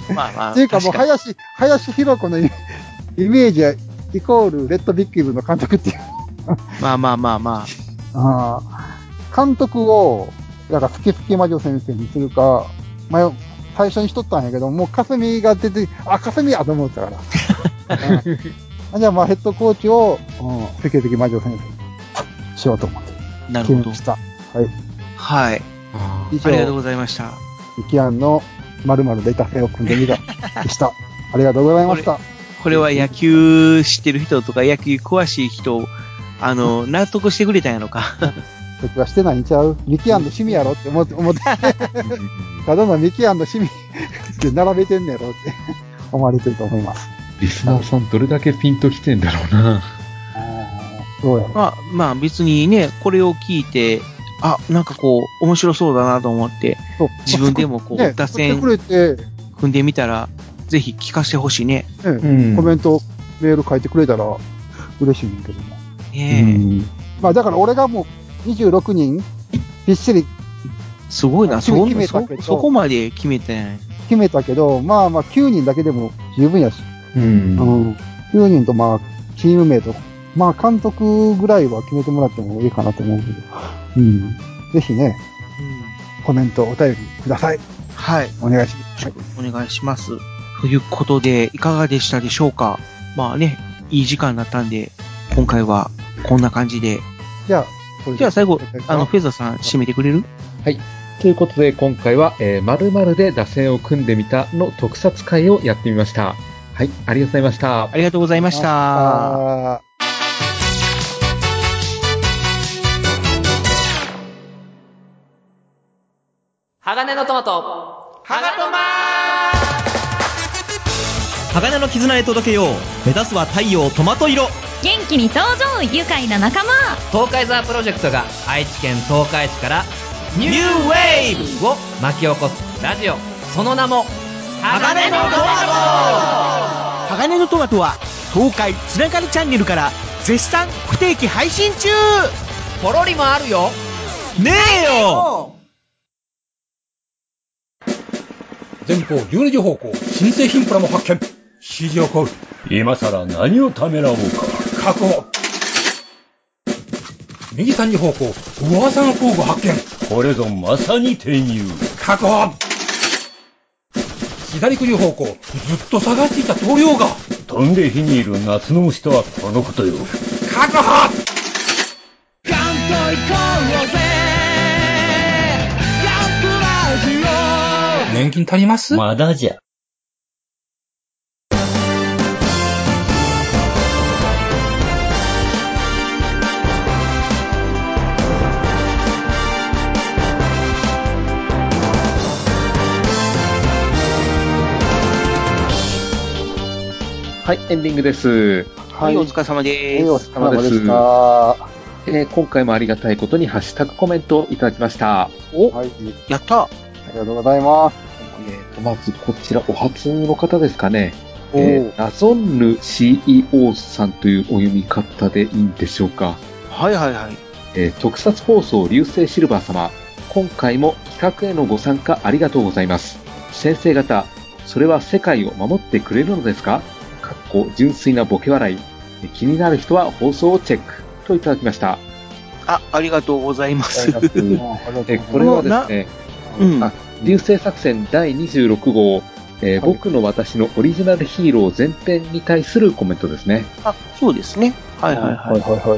ジ。まあ まあ。っていうか、もう、確に林、林博子のイメージは、イコール、レッドビッキーズの監督っていう。まあまあまあまああ、監督を、だから、スキスキ魔女先生にするか、迷う最初にしとったんやけど、もう、霞が出て、あ、霞やと思って たから。うんあじゃあ、まあ、ヘッドコーチを、うん、スキスキ魔女先生にしようと思って、あ。なる決ほめどま。した。はい。はい。あ以ありがとう上、ございました。イキアンの〇〇でタフェを組んでみた、でした。ありがとうございました。これは野球知ってる人とか野球詳しい人、あの、納得してくれたんやろか。僕はしてないんちゃうミキアンの趣味やろって思 って、思って、ただのミキアンの趣味 って並べてんねやろって思われてると思います。リスナーさんどれだけピンときてんだろうな。あーどうやろまあ、まあ別にね、これを聞いて、あ、なんかこう、面白そうだなと思って、そう自分でもこうね打線送ってくれて、組んでみたら、ぜひ聞かせてほしいね。ねんコメント、メール書いてくれたら嬉しいんだけども。ねえ、うんまあだから俺がもう26人びっしりすごいな、決そめたそけどそこまで決めてん。決めたけど、まあまあ9人だけでも十分やし、うん。うん9人とまあチーム名と、まあ監督ぐらいは決めてもらってもいいかなと思うけど、うん。ぜひね、コメント、お便りください。はい、お願いします。はいお願いします。ということで、いかがでしたでしょうかまあね、いい時間だったんで、今回はこんな感じで。じゃあ、それでじゃあ最後、あの、はフェザーさん締めてくれるということで、今回は、えー、〇〇で打線を組んでみたの特撮会をやってみました。はい、ありがとうございました。ありがとうございました。あー鋼のトマト。ハガトマ鋼の絆へ届けよう目指すは太陽トマト色元気に登場愉快な仲間東海ザープロジェクトが愛知県東海市からニューウェーブを巻き起こすラジオ。その名も、鋼のトマト鋼のトマトは東海つながるチャンネルから絶賛不定期配信中ポロリもあるよねえよ前方12時方向、新製品プラも発見。指示をコール。今さら何をためらおうか。確保。右3時方向、噂の工具発見。これぞまさに転入。確保。左9時方向、ずっと探していた棟梁が。飛んで火にいる夏の虫とはこのことよ。確保年金足りますまだじゃ。はい、エンディングです。はい、お疲れ様ではいおす。疲れ様でした。はえー今回もありがたいことにハッシュタグコメントをいただきました。お、い。やったありがとうございます。えーと、まずこちらお初の方ですかね。おーえーナゾンヌ CEO さんというお読み方でいいんでしょうか。はいはいはい。えー特撮放送流星シルバー様、今回も企画へのご参加ありがとうございます。先生方、それは世界を守ってくれるのですかかっこ純粋なボケ笑い。え気になる人は放送をチェックといただきました。あ、ありがとうござい ます。えこれはですね、うん。あ流星作戦第26号、えーはい僕の私のオリジナルヒーロー前編に対するコメントですね。あ、そうですね。はいはいはい。はいはいはい。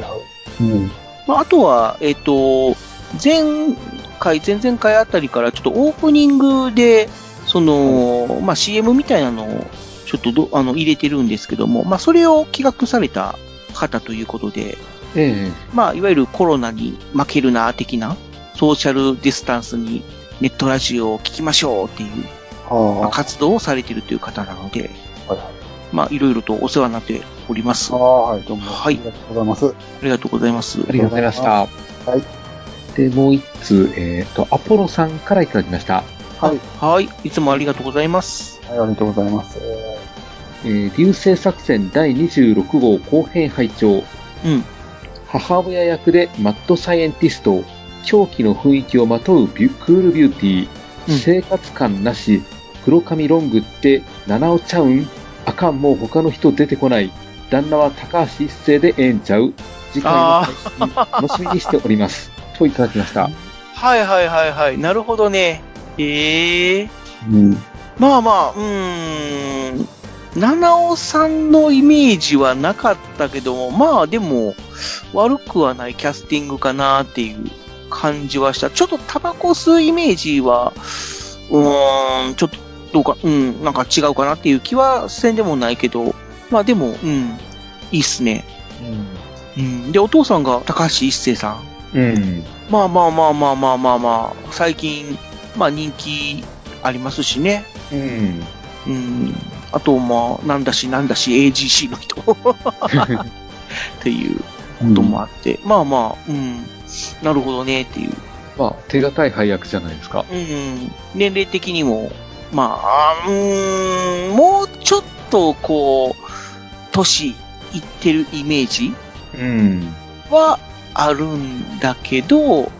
まあ、あとは、えっ、と、前回、前々回あたりから、ちょっとオープニングで、その、まあ、CM みたいなのを、ちょっとど、あの、入れてるんですけども、まあ、それを企画された方ということで、ええ。まあ、いわゆるコロナに負けるな、的な、ソーシャルディスタンスにネットラジオを聞きましょうっていう、まあ活動をされてるという方なので、まあ、いろいろとお世話になっております。はい。どうも。はい。ありがとうございます。ありがとうございます。ありがとうございました。はい。で、もう一通、えっ、と、アポロさんからいただきました。はい。はい。いつもありがとうございます。はい、ありがとうございます。えー、流星作戦第26号後編拝聴うん。母親役でマッドサイエンティスト、狂気の雰囲気をまとうビュクールビューティー、生活感なし、黒髪ロングって七尾ちゃうんあかんもう他の人出てこない。旦那は高橋一生でええんちゃう次回の配信楽しみにしております。といただきました。はいはいはいはい。なるほどね。ええうん。まあまあ、うーん。七尾さんのイメージはなかったけども、まあでも、悪くはないキャスティングかなっていう感じはした。ちょっとタバコ吸うイメージは、うーん、ちょっとどうか、うん、なんか違うかなっていう気はせんでもないけど、まあでも、うん、いいっすね。うん。で、お父さんが高橋一生さん。うん。まあまあまあまあまあまあまあ、最近、まあ人気ありますしね。 うん。うん。あと、まあ、なんだしなんだし AGC の人。っていうこともあって、まあまあ、うん。なるほどねっていう。まあ、手堅い配役じゃないですか。うん。年齢的にも、まあ、うーん、もうちょっと、こう、年いってるイメージうん。はあるんだけど、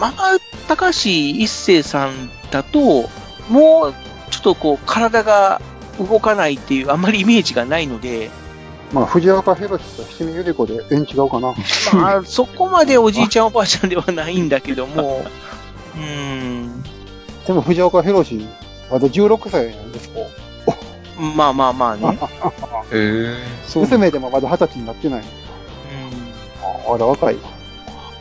まあ、高橋一生さんだと、もうちょっとこう、体が動かないっていう、あんまりイメージがないので、まあ、藤岡弘樹と七味ゆり子で、えん違う かな。まあ、そこまでおじいちゃんおばあちゃんではないんだけども、うーん、でも藤岡弘樹、まだ16歳なんですよ。まあまあまあね。へえ。娘でもまだ二十歳になってない。あまだ若い。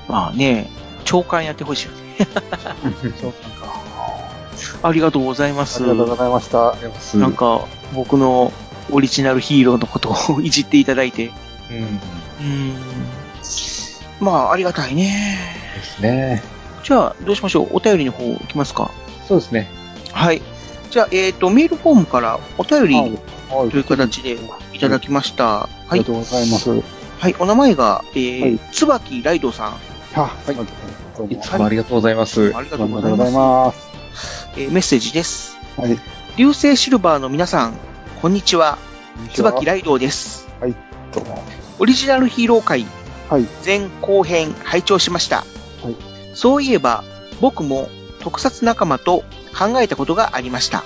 まあね、長官やってほしいよね。ありがとうございます。ありがとうございました。なんか、僕のオリジナルヒーローのことを いじっていただいて。うん。うん。まあ、ありがたいね。ですね。じゃあ、どうしましょう。お便りの方行きますか。そうですね。はい。じゃあ、えっ、と、メールフォームからお便りという形でいただきました。あはいりがと。うございます。はい、お名前が、えー椿ライドさん。あ、はい。。いつもありがとうございます。ありがとうございますえーメッセージです。はい。流星シルバーの皆さん、こんにちは。ちは椿ライドです。はい。どうも。オリジナルヒーロー会、はい。前後編拝聴しました。はい。そういえば、僕も特撮仲間と考えたことがありました。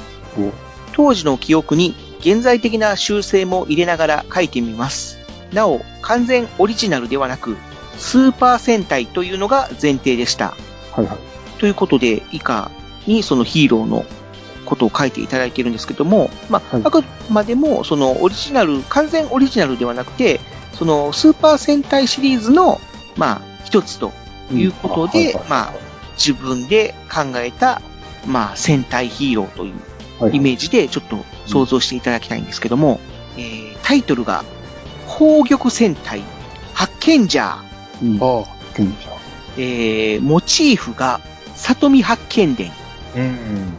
当時の記憶に現在的な修正も入れながら書いてみます。なお、完全オリジナルではなく、スーパー戦隊というのが前提でした。はいはい。ということで、以下にそのヒーローのことを書いていただいているんですけども、まあ、あくまでも、そのオリジナル、完全オリジナルではなくて、そのスーパー戦隊シリーズの、まあ、一つということで、まあ、自分で考えた、まあ、戦隊ヒーローというイメージで、ちょっと想像していただきたいんですけども、えータイトルが、宝玉戦隊、発見ジャー。うん。あ賢者。えーモチーフが、里見八犬伝。うん。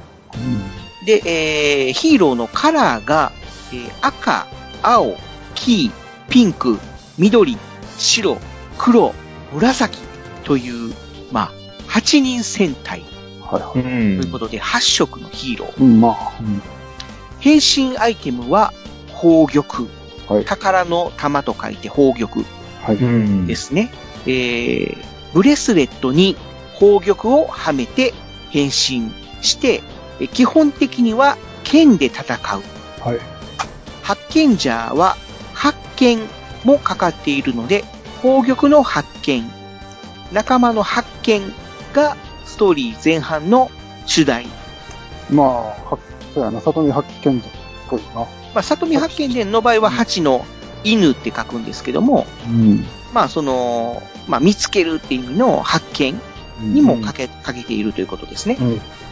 で、えーヒーローのカラーが、えー赤、青、黄、ピンク、緑、白、黒、紫という、まあ、8人戦隊はいはうといんうことで、8色のヒーロー。うん、まあ。うん変身アイテムは、宝玉。はい。宝の玉と書いて宝玉はい。うんですね。えーブレスレットに宝玉をはめて変身して、え基本的には剣で戦う。はい。発見ジャーは発見もかかっているので、宝玉の発見、仲間の発見がストーリー前半の主題。まあ、はそうやな、里見八賢者っぽいな。まあ、里見八犬伝の場合は8の犬って書くんですけども、うん。まあその、まあ見つけるっていう意味の発見にもかけ、かけているということですね。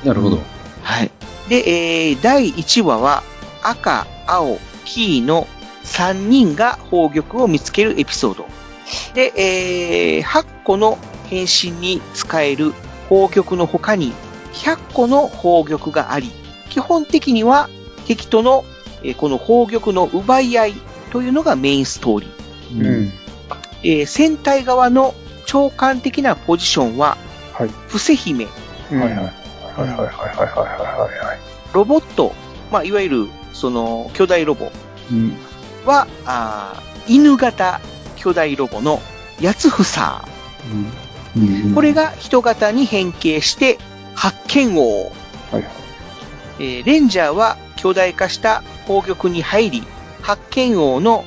なるほど。はい。で、えー、第1話は赤、青、黄の3人が宝玉を見つけるエピソード。で、えー、8個の変身に使える宝玉の他に100個の宝玉があり、基本的には敵との、えーこの宝玉の奪い合いというのがメインストーリー。うん。えー戦隊側の長官的なポジションは、はい伏せ姫、はいはい。はいはいはいはいはいはい。ロボット、まあ、いわゆる、その、巨大ロボうん。は、あー犬型巨大ロボの八つふさ。うん。これが人型に変形して、発見は王。いはい。えーレンジャーは巨大化した宝玉に入り、発見王の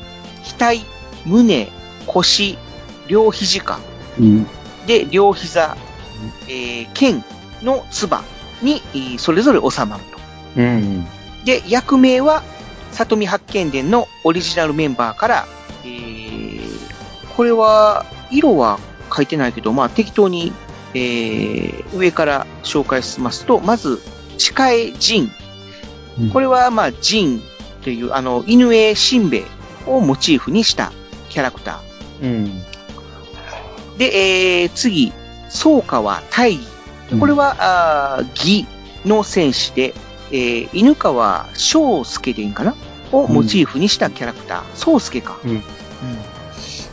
額、胸、腰、両肘か。うん。で、両膝、えー剣の唾に、えーそれぞれ収まると。うん。で、役名は、里見八犬伝のオリジナルメンバーから、えーこれは、色は書いてないけど、まあ適当に、えー上から紹介しますと、まず、近江陣。これは、まあ、陣という、あの、犬江しんべヱをモチーフにしたキャラクター。うん。で、えー、次、草川大義。これは、あー義の戦士で、えー、犬川翔介でいいんかなをモチーフにしたキャラクター。翔介か。うん。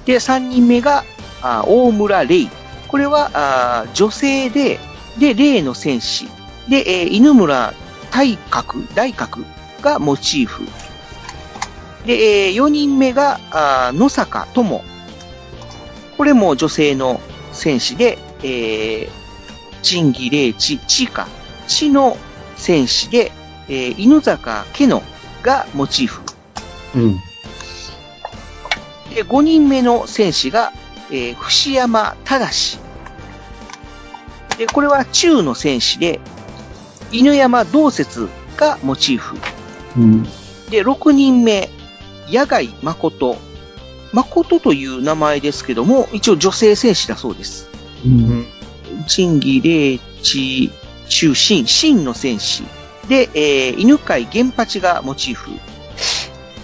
で、3人目が、あー大村玲。これは、あー女性で、で、霊の戦士。で、えー犬村大角、大角がモチーフ。で、え4人目が、あー野坂友。これも女性の戦士で、えー、仁義霊知、知か、知の戦士で、えー犬坂家のがモチーフ。うん。で、5人目の戦士が、えー、伏山正。で、これは中の戦士で、犬山道節がモチーフ。うん。で、6人目、野外誠。誠という名前ですけども、一応女性戦士だそうです。うん。仁義霊地中心、真の戦士。で、えー犬飼源八がモチーフ。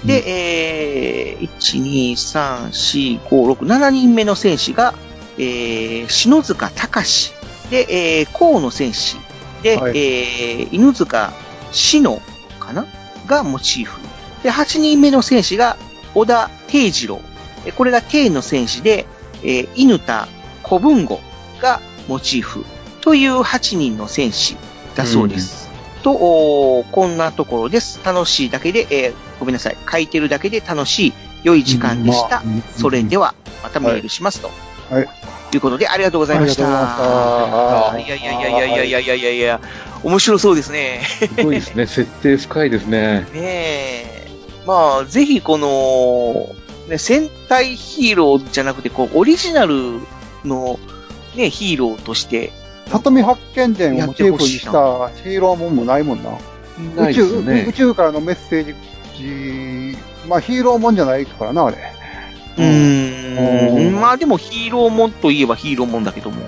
で、えー、1、2、3、4、5、6、7人目の戦士が、えー、篠塚隆。で、えー、河野戦士。で、はいえー、犬塚篠かながモチーフ。で、8人目の戦士が、小田定次郎。えこれが定の戦士で、えー、犬田小文吾がモチーフ。という8人の戦士だそうです。と、おーこんなところです。楽しいだけで、えーごめんなさい。書いてるだけで楽しい、良い時間でした。うんまあそれでは、またメールしますと。はい。ということで、ありがとうございました。ありいやいやいやいやいやいやいやいや、面白そうですね。すごい ですね。設定深いですね。ねえ。まあ、ぜひこの、ね、戦隊ヒーローじゃなくて、こう、オリジナルの、ね、ヒーローとして、里見八犬伝をモチーフにしたヒーローもんもないもんな。ないで宇宙、すね宇宙からのメッセージ、まあヒーローもんじゃないからな、あれ。うーうんん。まあでもヒーローもんといえばヒーローもんだけども、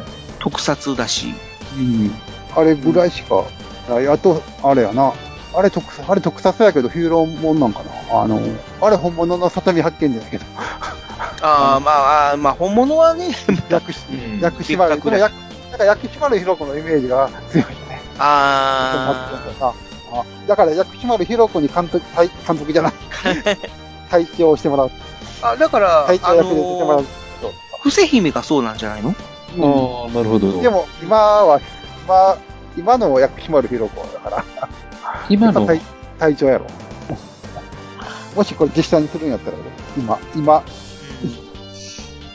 特撮だし。うん。あれぐらいしかない。あと、あれやな。あれ特撮、あれ特撮やけどヒーローもんなんかな。あの、あれ本物の里見八犬伝やけど。ああ、まあ、あーまあ、本物はね、薬師、薬師丸。別格でもだ薬なんか薬師丸ひろ子のイメージが強いね。ああだから薬師丸ひろ子に監督、対監督じ ゃない。対象をしてもらう。あ、あだから、隊長あ役で出てもらうのー、伏せ姫がそうなんじゃないのああ、なるほど。でも、今は、今、今の薬師丸ひろ子だから。今のやっぱ隊隊長やろ。もしこれ実際にするんやったら、今、今、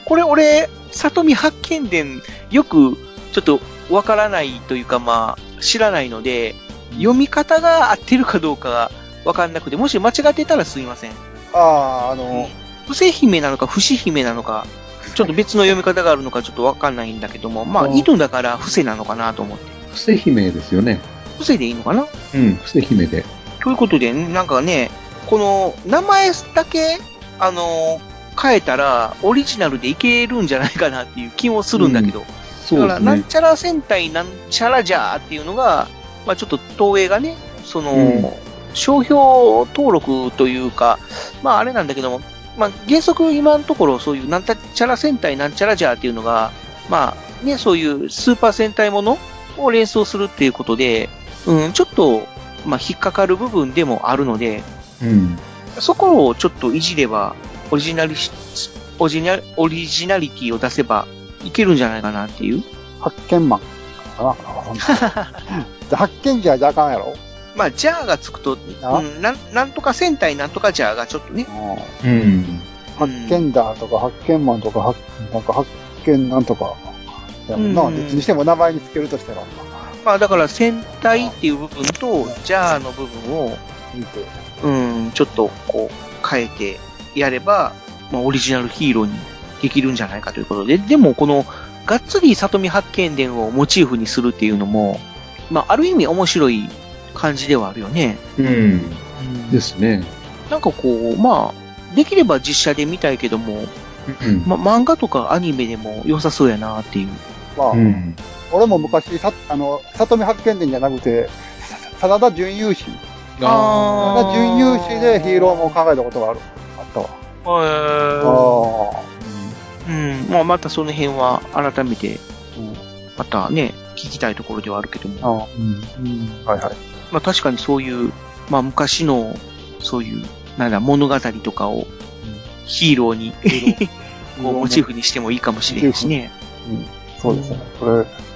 これ俺、里見八犬伝、よく、ちょっと、わからないというか、まあ、知らないので、読み方が合ってるかどうかがわかんなくて、もし間違ってたらすいません。ああ、あの、伏せ姫なのか、伏し姫なのか、ちょっと別の読み方があるのかちょっとわかんないんだけども、まあ、うん犬だから伏せなのかなと思って。伏せ姫ですよね。伏せでいいのかなうん、伏せ姫で。ということで、なんかね、この名前だけあのー変えたら、オリジナルでいけるんじゃないかなっていう気もするんだけど。そだうでかすら、ねなんちゃら戦隊なんちゃらじゃーっていうのが、まあちょっと東映がね、その、うん商標登録というか、まああれなんだけども、まあ原則今のところそういうなんちゃら戦隊なんちゃらじゃーっていうのが、まあね、そういうスーパー戦隊ものを連想するっていうことで、うん、ちょっと、まあ引っかかる部分でもあるので、うん。そこをちょっといじれば、オリジナリシ、オリジナオリジナリティを出せばいけるんじゃないかなっていう。発見マンか な。じゃ発見じゃじゃあかんやろまあ、ジャーがつくと、うん、なんなんとか戦隊なんとかジャーがちょっとね。うん。発見だとか、発見マンとか、発なんか発見なんとか。やもんな、うんどっちにしても名前につけるとしたら。まあ、だから戦隊っていう部分と、ジャーの部分を、うん、ちょっとこう、変えてやれば、まあ、オリジナルヒーローにできるんじゃないかということで、でもこの、がっつり里見八犬伝をモチーフにするっていうのも、まあ、ある意味面白い感じではあるよね。うん。ですね。なんかこう、まあ、できれば実写で見たいけども、うん。ま、漫画とかアニメでも良さそうやなっていう。まあ、うん。俺も昔、さ、あの、里見発見伝じゃなくて、さ真田準優秀。あ真田準優秀でヒーローも考えたことがある。あったわ。あうん、まあまたその辺は改めて、またね、聞きたいところではあるけども。うん。はいはい。まあ確かにそういう、まあ昔の、そういう、なんだ、物語とかを、ヒーロー に、こうモチーフにしてもいいかもしれないしね。そうですね。これ、う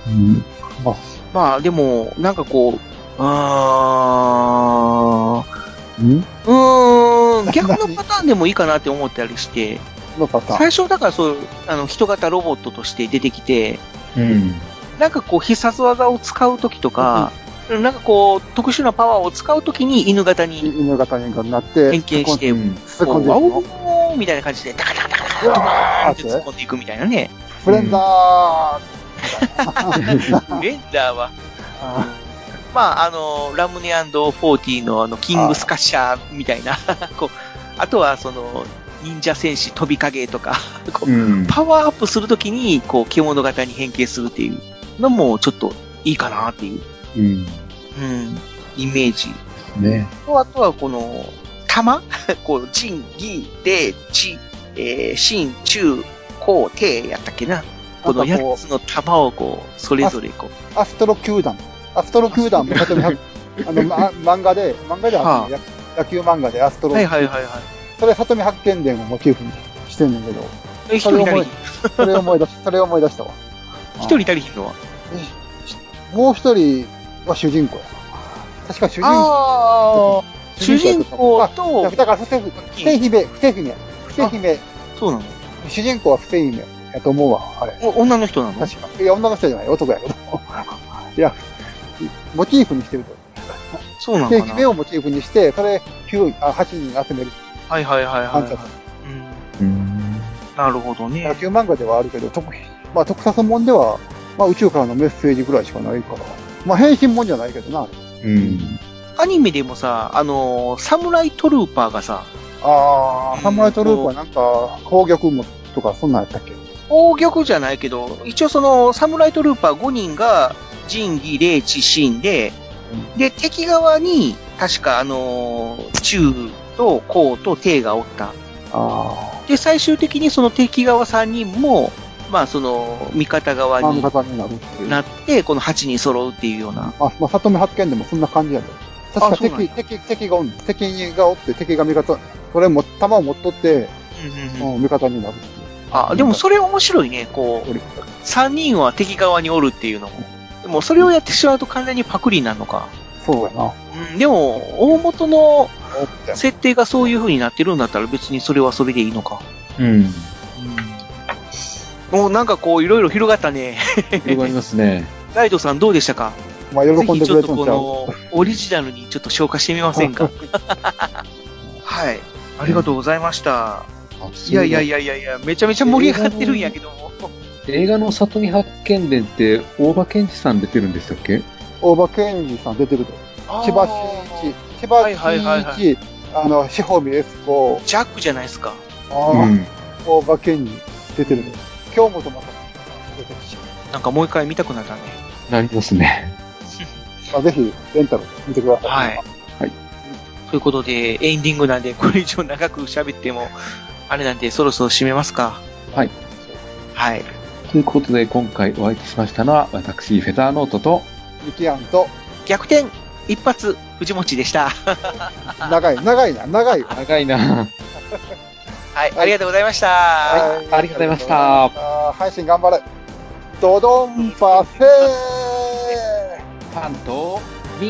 ん。まあ、まあでも、なんかこう、あー、んうーん、逆のパターンでもいいかなって思ったり して、最初だからそう、あの、人型ロボットとして出てきて、うん。なんかこう必殺技を使うときとか、なんかこう特殊なパワーを使うときに犬型に犬型になって、変形して、突っこ込んうでワいくオのーみたいな感じで、タカタカタカタカタバーンって突っ込んでいくみたいな ね。フレンダーレンダーは、まあ、あの、ラムネ &40 のあの、キングスカッシャーみたいな、 こう、あとはその、忍者戦士飛び影とか、こううんパワーアップするときに、こう、獣型に変形するっていうのも、ちょっといいかなっていう、うん。うん、イメージ。ね。と、あとはこの、玉 こう、仁、義、礼、智、えー、真、中、高、低やったっけな。このなんかこう8つの玉をこう、それぞれこう、アストロ球団。アストロ 球団も、里見発あの、ま、漫画で、漫画でははあの、野球漫画でアストロ。はいはいはいはい。それ、里見発見伝をモチーフにしてんねんけど。えそれ一人思誰い、それ 思い出し、それ思い出したわ。一人足りひんのは。もう一人は主人公や。確か主人公。主人公と、あだから、ふて、ふて姫、ふて姫、ふて姫。そうなの主人公はふて姫やと思うわ、あれ。女の人なの確か。いや、女の人じゃない、男やけど。 いや、モチーフにしてると。そうなので、か姫なをモチーフにして、それ9あ8人集める。はいはいはいはい、あんたなるほどね。野球漫画ではあるけど、特まあ、特撮もんでは、まあ、宇宙からのメッセージぐらいしかないから。まあ、変身もんじゃないけどな。うん。アニメでもさ、あのー、サムライトルーパーがさ、ああ、サムライトループはなんか、攻撃もとか、そんなんやったっけ大玉じゃないけど、一応その、サムライトルーパー5人が、仁義、霊、智、信で、で、敵側に、確かあのー、中と高と帝がおった。あで、最終的にその敵側3人も、まあその、味方側あ、あのに方になるっていう。なって、この8人揃うっていうような。あ、まあ、里見発見でもそんな感じやで。確あかそうなん敵、や敵、敵がおんの敵がおって、敵が味方、それも、弾を持っとって、うん味方になるっていう。あ、でもそれ面白いね、こう、3人は敵側におるっていうのも。でもそれをやってしまうと完全にパクリになるのか。そうやな。うん、でも、大元の設定がそういう風になってるんだったら別にそれはそれでいいのか。うん。もうなんかこう、いろいろ広がったね。 広がりますね。ライトさんどうでしたかまあ、喜んでちくょれっととんこちゃう。の、オリジナルにちょっと消化してみませ んかはい。 ありがとうございました。いやいやいやいやいや、めちゃめちゃ盛り上がってるんやけども。映画の里見八犬伝って、大場健二さん出てるんでしたっけ大場健二さん出てるで。千葉真一、千葉真一、あの、四方美エスコ、ジャックじゃないですか。ああ、うんお化けに出てる。今日もとまた出てるし。なんかもう一回見たくなったね。なりますね。まあ、ぜひ、レンタル見てくださはい。い。ということで、エンディングなんで、これ以上長く喋っても、あれなんで、そろそろ締めますか。はい。はい。 ということで、今回お相手しましたのは、私、フェザーノートと、ミキアンと、逆転、一発、藤持ちでした。長い、長いな、長いよ。長いなはい、ありがとうございました。ありがとうございました。あー配信頑張れ。ドドンパフェパンと、はい。